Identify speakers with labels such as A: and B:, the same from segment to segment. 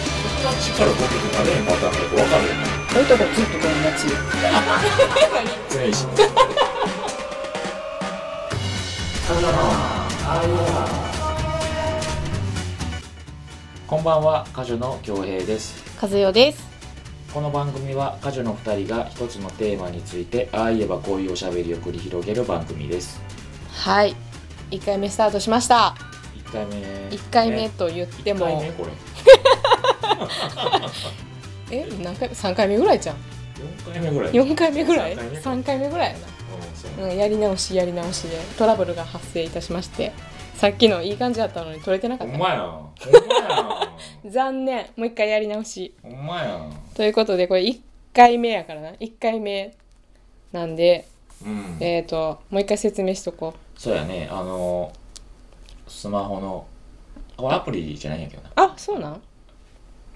A: っから取ってたねパターンだと分かるよね
B: だからずっと友達
A: 全員知って
C: こんばんは、歌手の京平です。
D: 和代です
C: この番組は歌手の2人が一つのテーマについて、ああ言えばこういうおしゃべりを繰り広げる番組です。
D: はい1回目スタートしました
C: 1回目。
D: 1回目
C: ね。
D: と言っ
C: 一
D: ても、
C: 回目これ。
D: え何回3回目ぐらいじゃん
C: 4回目ぐらい。
D: 4回目ぐらい
C: 三回目か
D: 3回目ぐらい
C: う
D: や
C: んそう
D: な、うん、やり直しやり直しでトラブルが発生いたしましてさっきのいい感じだったのに取れてなか
C: ほ
D: っ
C: んま
D: た
C: やん。ほんまやん。
D: 残念もう1回やり直し
C: ほんまやん。
D: ということでこれ1回目やからな1回目なんで
C: うん。
D: えっ、ー、ともう1回説明しとこう
C: そうやね、あの、スマホの、これアプリじゃないんやけどな。
D: あそうなん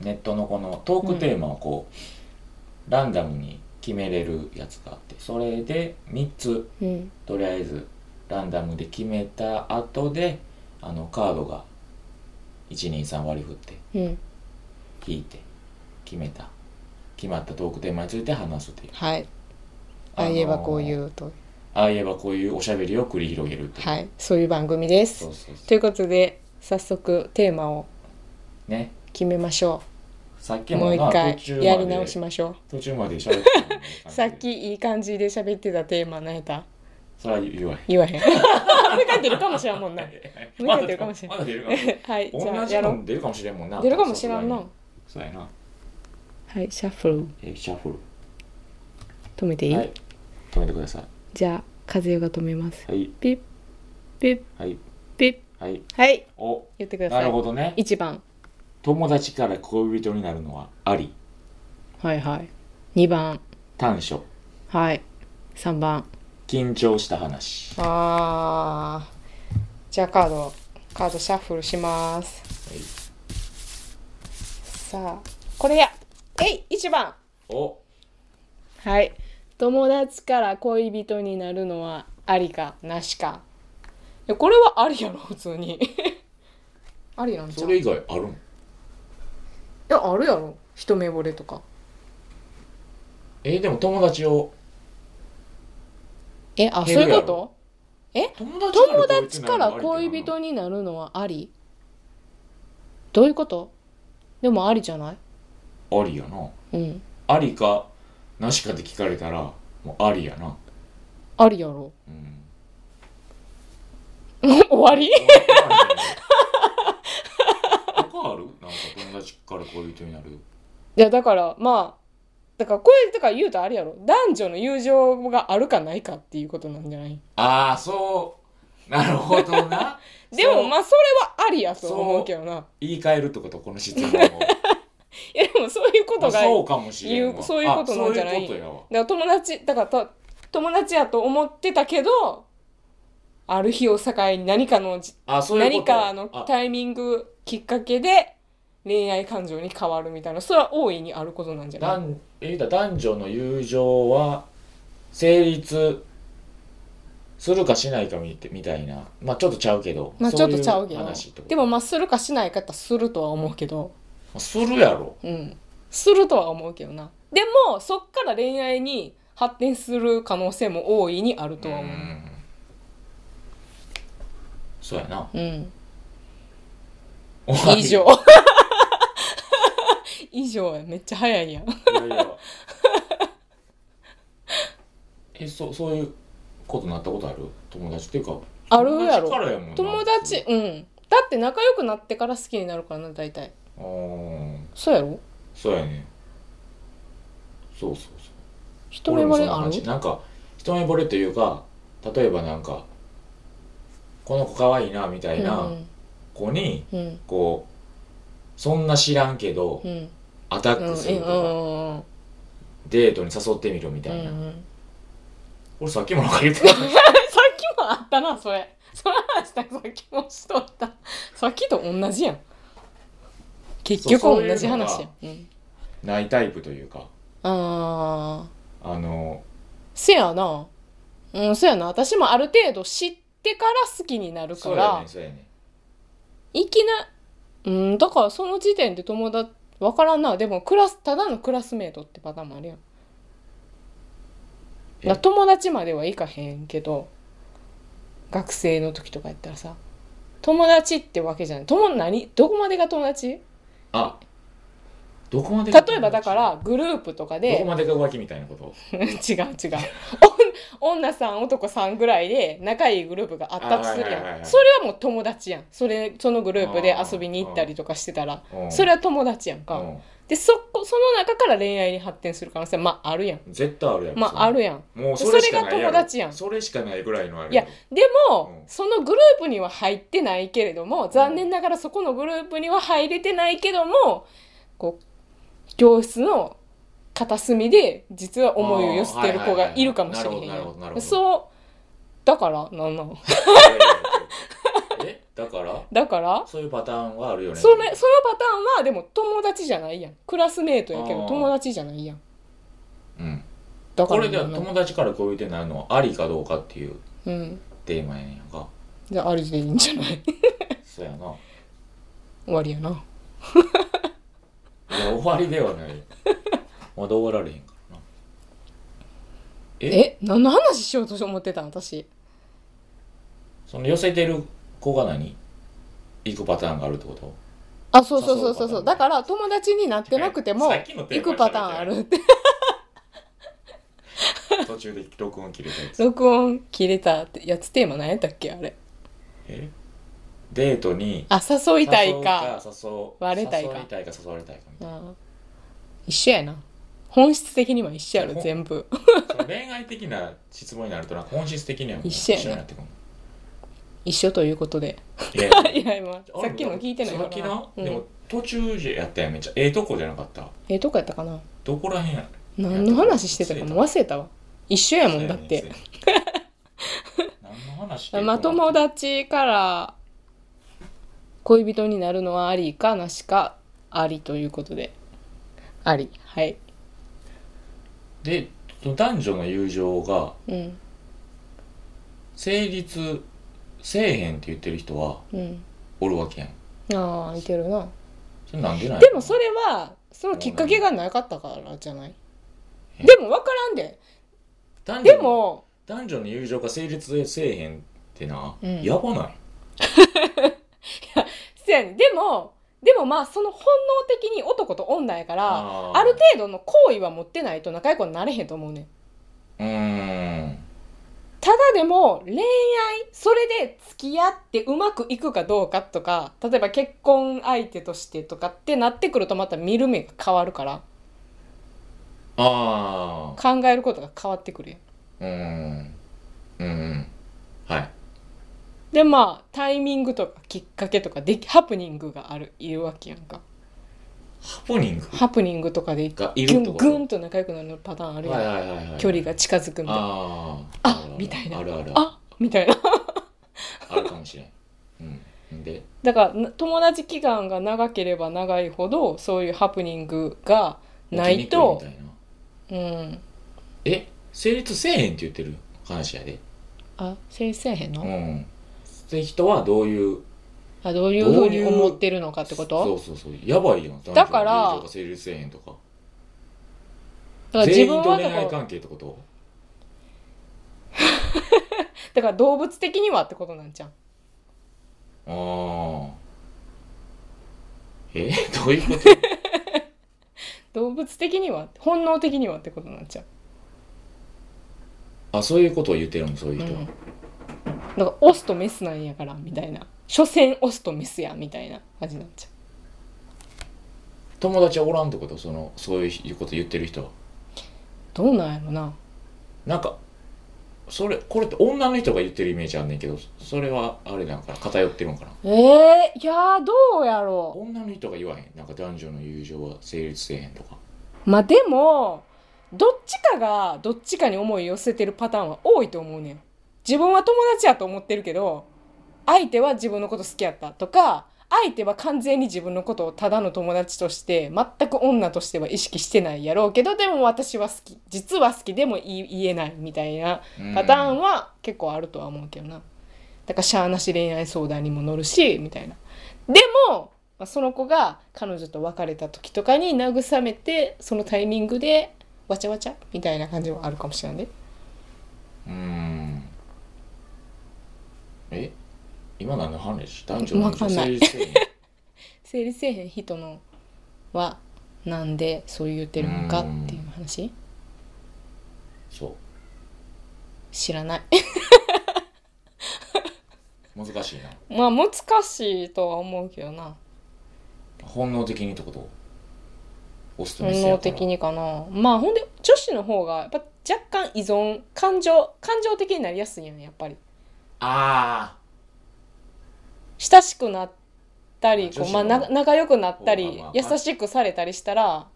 C: ネットのこのトークテーマをこう、ランダムに決めれるやつがあって、それで3つ。
D: うん
C: とりあえずランダムで決めた後であのカードが123割り振って
D: うん
C: 引いて決めた決まったトークテーマについて話すという
D: はい
C: あ
D: あ
C: の
D: あ
C: ー
D: 言えばこういうと
C: ああいえばこういうおしゃべりを繰り広げるという、
D: はいそういう番組です
C: そうそうそ
D: ということで早速テーマを
C: うね
D: 決めましょ
C: さっき
D: うも
C: も
D: う
C: な
D: 一回
C: 途中まで
D: やり直しましょ
C: 途中までしゃべってたのに
D: う さっきいい感じで喋ってたテーマ何やった
C: それは言 わへん
D: 言 わへんもう一回出るかもしれんもんな もう一
C: ま
D: 回
C: だ
D: 出るかもしれん
C: まだ出るかもしれん
D: はい じゃあ
C: 同じ
D: やろ
C: の
D: う
C: 出るかもしれんもんな
D: 出るかもしれんな
C: さすがにそうやな
D: はいシャッフル
C: えシャッフル
D: 止めていい、
C: はい止めてくださ
D: じゃあ風よが止めます
C: いはい
D: ピッピッ
C: はい
D: ピッ
C: はい
D: はい
C: お
D: 言ってくださ
C: ないるほどね
D: 1番
C: 友達から恋人になるのはあり
D: はいはい2番
C: 短所
D: はい3番
C: 緊張した話
D: あーじゃあカードカードシャッフルします、
C: はい
D: さあこれやえい1番
C: お
D: はい友達から恋人になるのはありかなしかいやこれはありやろ普通に ありなんじ
C: そ
D: ゃん
C: れ
D: い
C: 以外あるん
D: やあるやろ一目惚れとか
C: えでも友達を
D: えあ
C: 減
D: そう
C: る
D: いう
C: やろ
D: こと
C: 友達
D: 友達から
C: にな
D: 恋
C: るの
D: 人になるのはありどういうことでもありじゃない
C: ありやな
D: うん
C: ありかなしかで聞かれたらもうありやな
D: ありやろ
C: うん
D: 終わり
C: 他あるなんか友達から恋人になる
D: いやだからまあだからこれだから言うとあれやろ男女の友情があるかないかっていうことなんじゃない
C: ああそうなるほどな
D: でも
C: そう
D: まあそれはありやと思うけどな
C: 言い換えるってことこの質問を
D: いやでもそういうことが
C: そ
D: だ
C: うかもしれんわ
D: 言うそういうことなんじゃない
C: あそういうことやわ
D: から友達だからと友達やと思ってたけどある日を境に何かのじ
C: あそういうこ
D: 何
C: と
D: かの
C: あ
D: タイミングきっかけで恋愛感情に変わるみたいなそれは大いにあることなんじゃない
C: 男えだ男女の友情は成立するかしないかみみたいなまあちょっとちゃうけど
D: まあちょっとちゃう
C: そ
D: け
C: い
D: ど
C: 話ってこと
D: でもまあするかしないかってするとは思うけど
C: まあするやろ
D: うん、するとは思うけどなでもそっから恋愛に発展する可能性も大いにあるとは思う
C: うんそうやな
D: うん、以上以上やめっちゃ早いや
C: い
D: ん
C: やいや えそそういうことになったことある友達っていうか
D: あるや
C: 友達か
D: ろ
C: らやもんな
D: 友達うんだって仲良くなってから好きになるからな大体
C: あー
D: そうやろ
C: そうやねそうそうそう
D: 一目惚
C: 俺
D: れ
C: もそんな
D: あ
C: 感じ
D: る
C: なんか一目惚れというか例えばなんかこの子可愛いなみたいな
D: うん
C: 子に、
D: うん
C: こうそんな知らんけど、
D: うん
C: アタ
D: うんう
C: ッ
D: ん
C: クするとか、
D: うん
C: デートに誘ってみるみた
D: う
C: いな、
D: んうん
C: 俺さっきもなんか言って た
D: さっきもあったなそれその話ださっきもしとったさっきと同じやん結局
C: そうそういうの
D: 同
C: が
D: じ話やんうん、
C: ないタイプというか
D: あー
C: あの
D: せやなうんせやな私もある程度知ってから好きになるか
C: そうや
D: ら、
C: ねそうやね
D: いきなうんだからその時点で友達分からんなでもクラスただのクラスメートってパターンもあるやん
C: え
D: な友達まではいかへんけど学生の時とかやったらさ友達ってわけじゃない友何どこまでが友達
C: あどこまで
D: 例えばだからグループと
C: どこ
D: かで
C: までが浮気みたいなこと
D: 違う違うおん女さん男さんぐらいで仲いいグループがあったとする
C: あはいはいはい
D: や
C: は
D: ん
C: い
D: それはもう友達やんそれそのグループで遊びに行ったりとかしてたら
C: うん
D: それは友達やん
C: う
D: か
C: ん
D: でそこその中から恋愛に発展する可能性まああるやん
C: 絶対あるやん
D: ま
C: そん
D: あ
C: な
D: あるやん
C: もうそれしかない
D: それが友達やん
C: それしかないぐらいのあれ
D: いやでも、
C: うん
D: そのグループには入ってないけれども残念ながらそこのグループには入れてないけどもこう教室の片隅で実は思いを寄せてる子がいるかもしれへん
C: あーはいはいはいなるほどなるほどなるほ
D: やん
C: ど
D: そうだからなんなん
C: いやいやいや えだから
D: だから
C: そういうパターンはあるよね
D: それそのパターンはでも友達じゃないやんクラスメートやけ
C: あ
D: ど
C: ー
D: 友達じゃないやん
C: うん
D: だか
C: こ
D: ら
C: れでは
D: なんなん
C: 友達から恋人になるのはありかどうかっていう
D: うん
C: テーマやねん か
D: じゃあありでいいんじゃない
C: そうやな
D: 終わりやない
C: や終わりではないよ まだ終わられへんからなえ
D: え何の話しようと思ってたん私
C: その寄せてる子が何行くパターンがあるってこと
D: あそうそうそうそうそう
C: 誘うパターン
D: だから友達になってなくても
C: さっきのテ
D: 行
C: ーマ
D: くパターンあるって
C: 途中で録音切れたやつ
D: 録音切れたってやつテーマ何やったっけあれ
C: えデートに
D: あ誘いたいか
C: 誘う誘
D: 割れたいか
C: 誘いたいか誘われたいかみたい
D: ああ一緒やな本質的には一緒やろ
C: ほん
D: 全部
C: なその恋愛的な質問になるとなんか本質的にはもう
D: 一緒やな
C: になってく る
D: 一緒ということで
C: いや
D: いや今
C: あ
D: さっきの聞いてない
C: さっき
D: から
C: な、
D: う
C: で
D: ん
C: も、途中でやったやんめっちゃええとこじゃなかった
D: えどこやったかな
C: どこらへんや
D: 何の話してたかも忘れたわ一緒やもんだって
C: そう やねん何の話してる
D: まあ友達から恋人になるのはありかなしかありということでありはい
C: で男女の友情が
D: うん
C: 成立せえへんって言ってる人は
D: うん
C: おるわけやん
D: ああ似てるな
C: それなんでない
D: でもそれはそのきっかけがなかったからじゃないでも分からんで
C: 男女
D: で
C: の
D: も
C: 男女の友情が成立せえへんってな、
D: うん
C: やばない
D: せやねんでもでもまあその本能的に男と女やから
C: あー
D: ある程度の好意は持ってないと仲良くはなれへんと思うねん
C: うーん
D: ただでも恋愛それで付き合ってうまくいくかどうかとか例えば結婚相手としてとかってなってくるとまた見る目が変わるから
C: ああ
D: 考えることが変わってくる
C: う
D: やん
C: ーんうんうんはい
D: でまあタイミングとかきっかけとかできハプニングがあるいるわけやんか
C: ハプニング
D: ハプニングとかで
C: がい
D: ギュ
C: るって
D: ン
C: こ
D: グ
C: と
D: ンと仲良くなるパターンあるやん、
C: はいはいはいはい
D: 距離が近づくみたいな
C: あー
D: あ
C: るるる
D: みたいな
C: あるある
D: あみたいな
C: あるかもしれんうんで
D: だからな友達期間が長ければ長いほどそういうハプニングがないと
C: 起きにくいみたいな
D: うん
C: え成立せえへんって言ってる話やで
D: あ成立せえへんの、
C: うんで人はどういう
D: あどういうふうに思ってるのかってこと
C: そうそうそうやばいやん
D: だか
C: 男女の
D: ら
C: 友情が成立せえへんとか
D: だから自
C: 全
D: 分
C: 員と
D: は
C: 恋
D: だか
C: 愛
D: ら
C: 関係ってこと
D: だから動物的にはってことなんじゃん
C: ああえ どういう こと
D: 動物的には本能的にはってことなんじゃん
C: あそういうことを言ってるのそういう人は、
D: うん、だからオスとメスなんやからみたいな所詮オスとメスやみたいな感じになっちゃ
C: 友達はおらんってことそのそういうこと言ってる人は
D: うどうなんやろな
C: なんかそれこれって女の人が言ってるイメージあんねんけどそれはあれなんかな偏ってるんかな
D: えー、いやーどうやろ
C: 女の人が言わへんなんか男女の友情は成立せえへんとか
D: うまあでもどっちかがどっちかに思い寄せてるパターンは多いと思うねん自分は友達やと思ってるけど相手は自分のこと好きやったとか相手は完全に自分のことをただの友達として全く女としては意識してないやろうけどでも私は好き実は好きでも言い言えないみたいなパターン
C: は
D: は結構あるとは思うけどなだからしゃあなし恋愛相談にも乗るしみたいなでもまあ、その子が彼女と別れた時とかに慰めてそのタイミングでわちゃわちゃみたいな感じもあるかもしれないね
C: うーんえ今何の話男女
D: うん
C: の
D: わかんない
C: 女性
D: 生理せえへん人のはなんでそう言ってるのかっていう話
C: そ
D: 知らない
C: う難しいな
D: まあ難しいとは思うけどな
C: 本能的にってことオスとメ
D: 本
C: スや
D: 能
C: から
D: 的にかなまあほんで女子の方がやっぱ若干依存感情感情的になりやすいよねやっぱり
C: あ
D: 親しくなったり
C: まあ
D: こ
C: 女
D: う、
C: 子
D: まあ、
C: の
D: な仲良くなった
C: 方が
D: り
C: まあ
D: 優しくされたりしたら
C: あ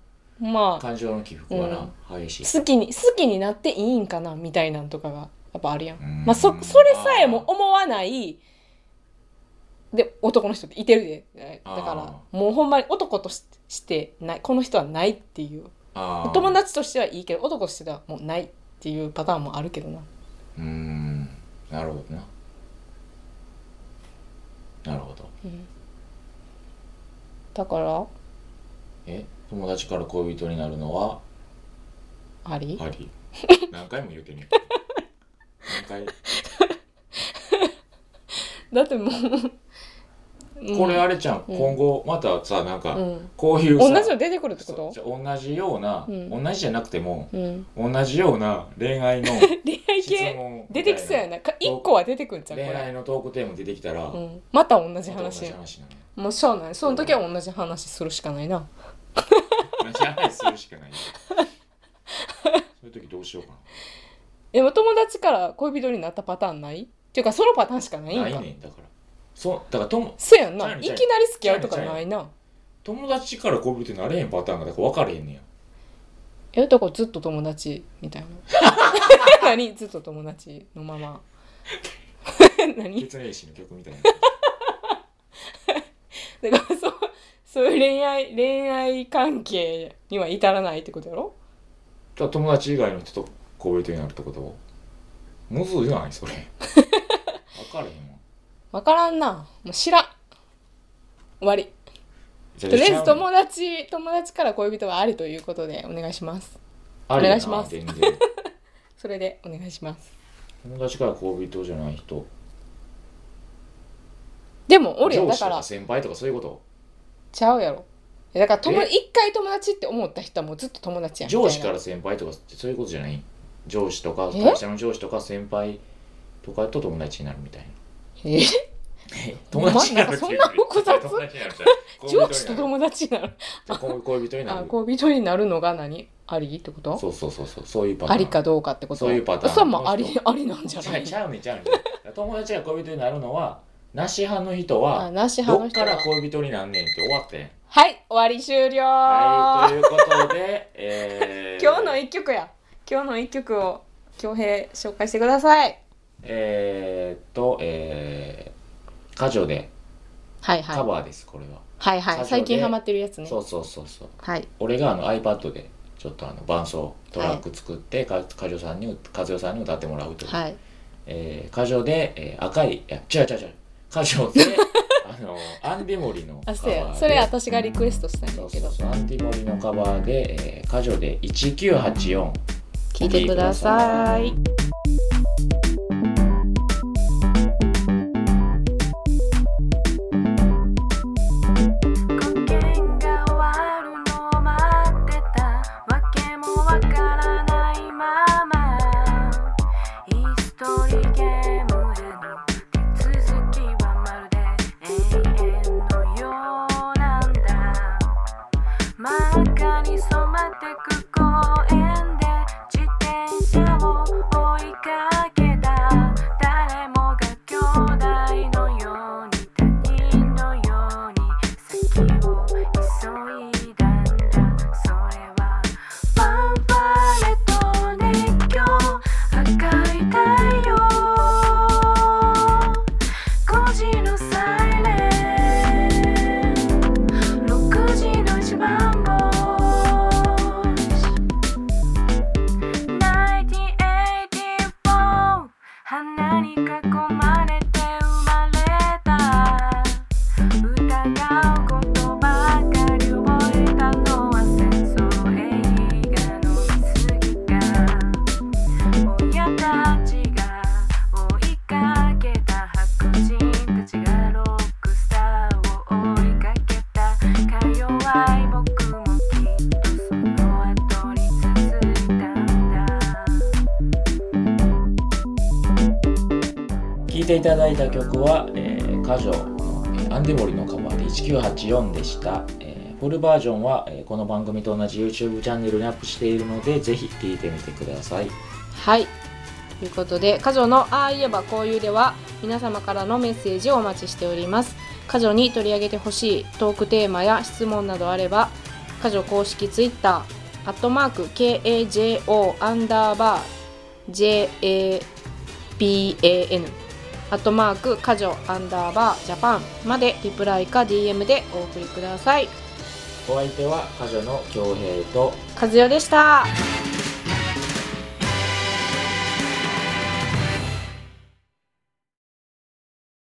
D: まあ
C: 感情の起伏はな、激しい
D: 好きに好きになっていいんかなみたいなんとかがやっぱあるやん
C: うん
D: まあ、そそれさえも思わないで男の人っていてるでだか
C: あ
D: らもうほんまに男とししてないこの人はないっていう
C: あー
D: 友達としてはいいけど男としてはもうないっていうパターンもあるけどな
C: うーんなるほどななるほど
D: だから
C: え友達から恋人になるのは
D: あり、
C: あ り何回も言うてみよ何回
D: だってもう
C: これあれちゃん、
D: うん
C: 今後またさなんか、
D: うん
C: こういう
D: 同
C: さ
D: じの出てくるってこ
C: そう
D: と
C: じゃあ同じような、
D: うん
C: 同じじゃなくても
D: うん
C: 同じような恋愛 の
D: 恋愛
C: 質
D: 系
C: 問
D: 出てきそうや
C: ね
D: なか一個は出てくるんちゃう
C: 恋
D: これ、
C: 愛のトークテーマ出てきたら、
D: う
C: ま
D: ん、また同
C: た
D: じ
C: 同
D: 話
C: じ話なのよ
D: もうしょうないその時は同じ話するしかないな
C: 同じ話するしか ないそういう時どうしようか
D: でも友達から恋人になったパターンないっていうかそのパターンしかない
C: な
D: んか
C: ないねんだからそうだからとも
D: そうやんな
C: ちゃう
D: い
C: ねん
D: き
C: ちゃ
D: な
C: うねん
D: り付き合うとかないな
C: 友達から恋人になれへんパターンがだから分かれへんねんや
D: えだからずっと友達 みたいな何ずっと友達のまま何
C: 血液師の曲みたいな
D: だからそうそういう恋愛恋愛関係には至らないってことやろ
C: じゃあ友達以外の人と恋人になるってことむずいないそ れ分かれへんわ
D: 分からんなもう知らん終わり
C: じゃ
D: とりあえず
C: ちゃうねん
D: 友達友達から恋人はありということでお願いします
C: ありやな
D: お願
C: い
D: します
C: 全然
D: それでお願いします
C: 友達から恋人じゃない人
D: でも俺
C: 上
D: だ
C: 司
D: か
C: と
D: ら
C: か先輩とかそういうこ
D: ちゃうやろえだから友
C: え
D: 一回友達って思った人はもうずっと友
C: と
D: 達やんみたいな
C: 上司から先輩とかってそういうことじゃない上司とか
D: え
C: 会社の上司とか先輩とかと友達になるみたいな
D: え
C: 友達になるっていうより
D: まあなんかそんな 複雑
C: 友達になるじゃん
D: 上司と友達になる
C: じゃあ恋恋人にな
D: あ
C: る
D: 恋人になるのが何ありってこと
C: そうそうそうそうそういうパターン
D: ありかどうかってこと
C: そういうパターン
D: それはもうあり
C: この
D: ありなんじゃ
C: ち
D: な
C: ゃう
D: い
C: ちゃうねんちゃうねん友達が恋人になるのはなし派の人
D: あ
C: は
D: なし派
C: ど
D: の
C: っ
D: 人
C: か
D: は
C: ら恋人になんねんって終わってん
D: はい終わり終了、
C: はいということで、えー、
D: 今日の一曲や今日の一曲を恭平紹介してください
C: えー、っと、えー、歌女で
D: はいはい
C: カバーです、これは。
D: はいは
C: カジュアル
D: い
C: で
D: 最近ハマってるやつね
C: そうそうそうそう。
D: はい
C: 俺があの iPad でちょっとあの伴奏トラック作って、か歌女さんに和代さんに歌ってもらうという。
D: はい
C: えー、歌女で、えー、赤いいや違う違う違う歌女 であのアンディモリのカバ
D: あそう
C: ー
D: や
C: で
D: それ私がリクエストしたん
C: そ
D: だ
C: う
D: け
C: そ
D: ど
C: うそうアンディモリのカバーで、えー、歌女で1984
D: 聞いてください
B: ご機嫌が悪るのを待ってたわけもわからないままイストリーゲームへの手続きはまるで永遠のようなんだ真っ赤に染まってく公園で自転車を追
C: だいた曲は、えー、カジョの、えーアンディモリのカバーで1984でした、えーフルバージョンは、えーこの番組と同じ YouTube チャンネルにアップしているのでぜひ聴いてみてください
D: はい。ということで、家女のああ言えばこういうでは、皆様からのメッセージをお待ちしております。家女に取り上げてほしいトークテーマや質問などあれば、家女公式ツイッター、アットマーク、KAJO アンダーバー、JAPAN、アットマーク、家女アンダーバー、ジャパンまでリプライか DM でお送りください。
C: お相手はカジョの恭平と
D: 和代でした。